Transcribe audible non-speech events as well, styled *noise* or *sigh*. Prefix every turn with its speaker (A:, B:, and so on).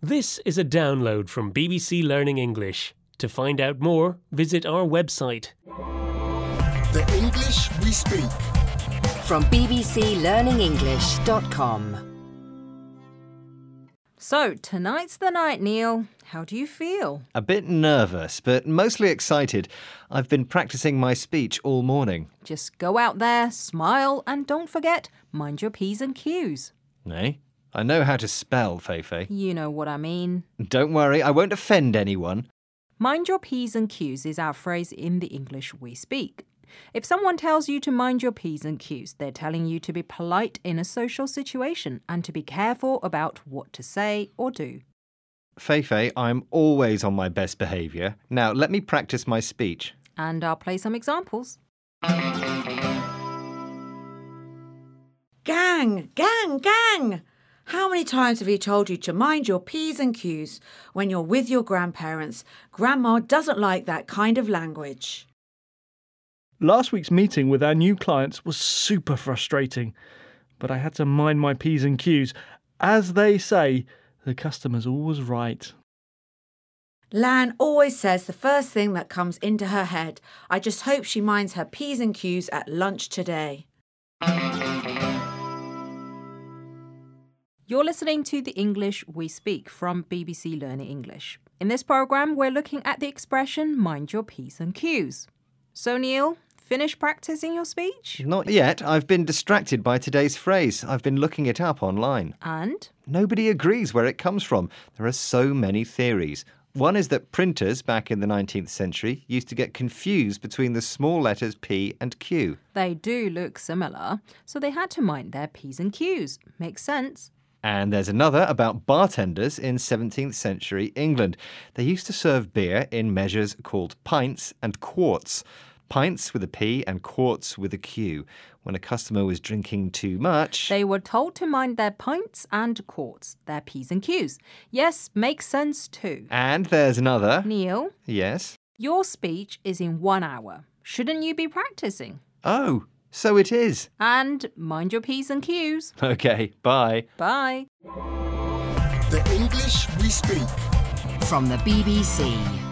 A: This is a download from BBC Learning English. To find out more, visit our website.
B: The English we speak.
C: from bbclearningenglish.com.
D: So, tonight's the night, Neil. How do you feel?
E: A bit nervous, but mostly excited. I've been practicing my speech all morning.
D: Just go out there, smile, and don't forget, mind your P's and Q's.
E: Nay? Eh? I know how to spell, Feifei.
D: You know what I mean.
E: Don't worry, I won't offend anyone.
D: Mind your P's and Q's is our phrase in the English we speak. If someone tells you to mind your P's and Q's, they're telling you to be polite in a social situation and to be careful about what to say or do.
E: Feifei, I'm always on my best behaviour. Now, let me practice my speech.
D: And I'll play some examples.
F: Gang, gang, gang! How many times have you told you to mind your P's and Q's when you're with your grandparents? Grandma doesn't like that kind of language.
G: Last week's meeting with our new clients was super frustrating, but I had to mind my P's and Q's. As they say, the customer's always right.
F: Lan always says the first thing that comes into her head. I just hope she minds her P's and Q's at lunch today.
D: You're listening to The English We Speak from BBC Learning English. In this program, we're looking at the expression mind your P's and Q's. So, Neil, finish practicing your speech?
E: Not yet. I've been distracted by today's phrase. I've been looking it up online.
D: And?
E: Nobody agrees where it comes from. There are so many theories. One is that printers back in the 19th century used to get confused between the small letters P and Q.
D: They do look similar, so they had to mind their P's and Q's. Makes sense.
E: And there's another about bartenders in 17th century England. They used to serve beer in measures called pints and quarts. Pints with a P and quarts with a Q. When a customer was drinking too much,
D: They were told to mind their pints and quarts, their P's and Q's. Yes, makes sense too.
E: and there's another.
D: Neil,
E: Yes.
D: your speech is in one hour. Shouldn't you be practicing?
E: Oh, so it is. *laughs*
D: And mind your P's and Q's.
E: Okay, bye.
D: Bye.
B: The English we speak.
C: From the BBC.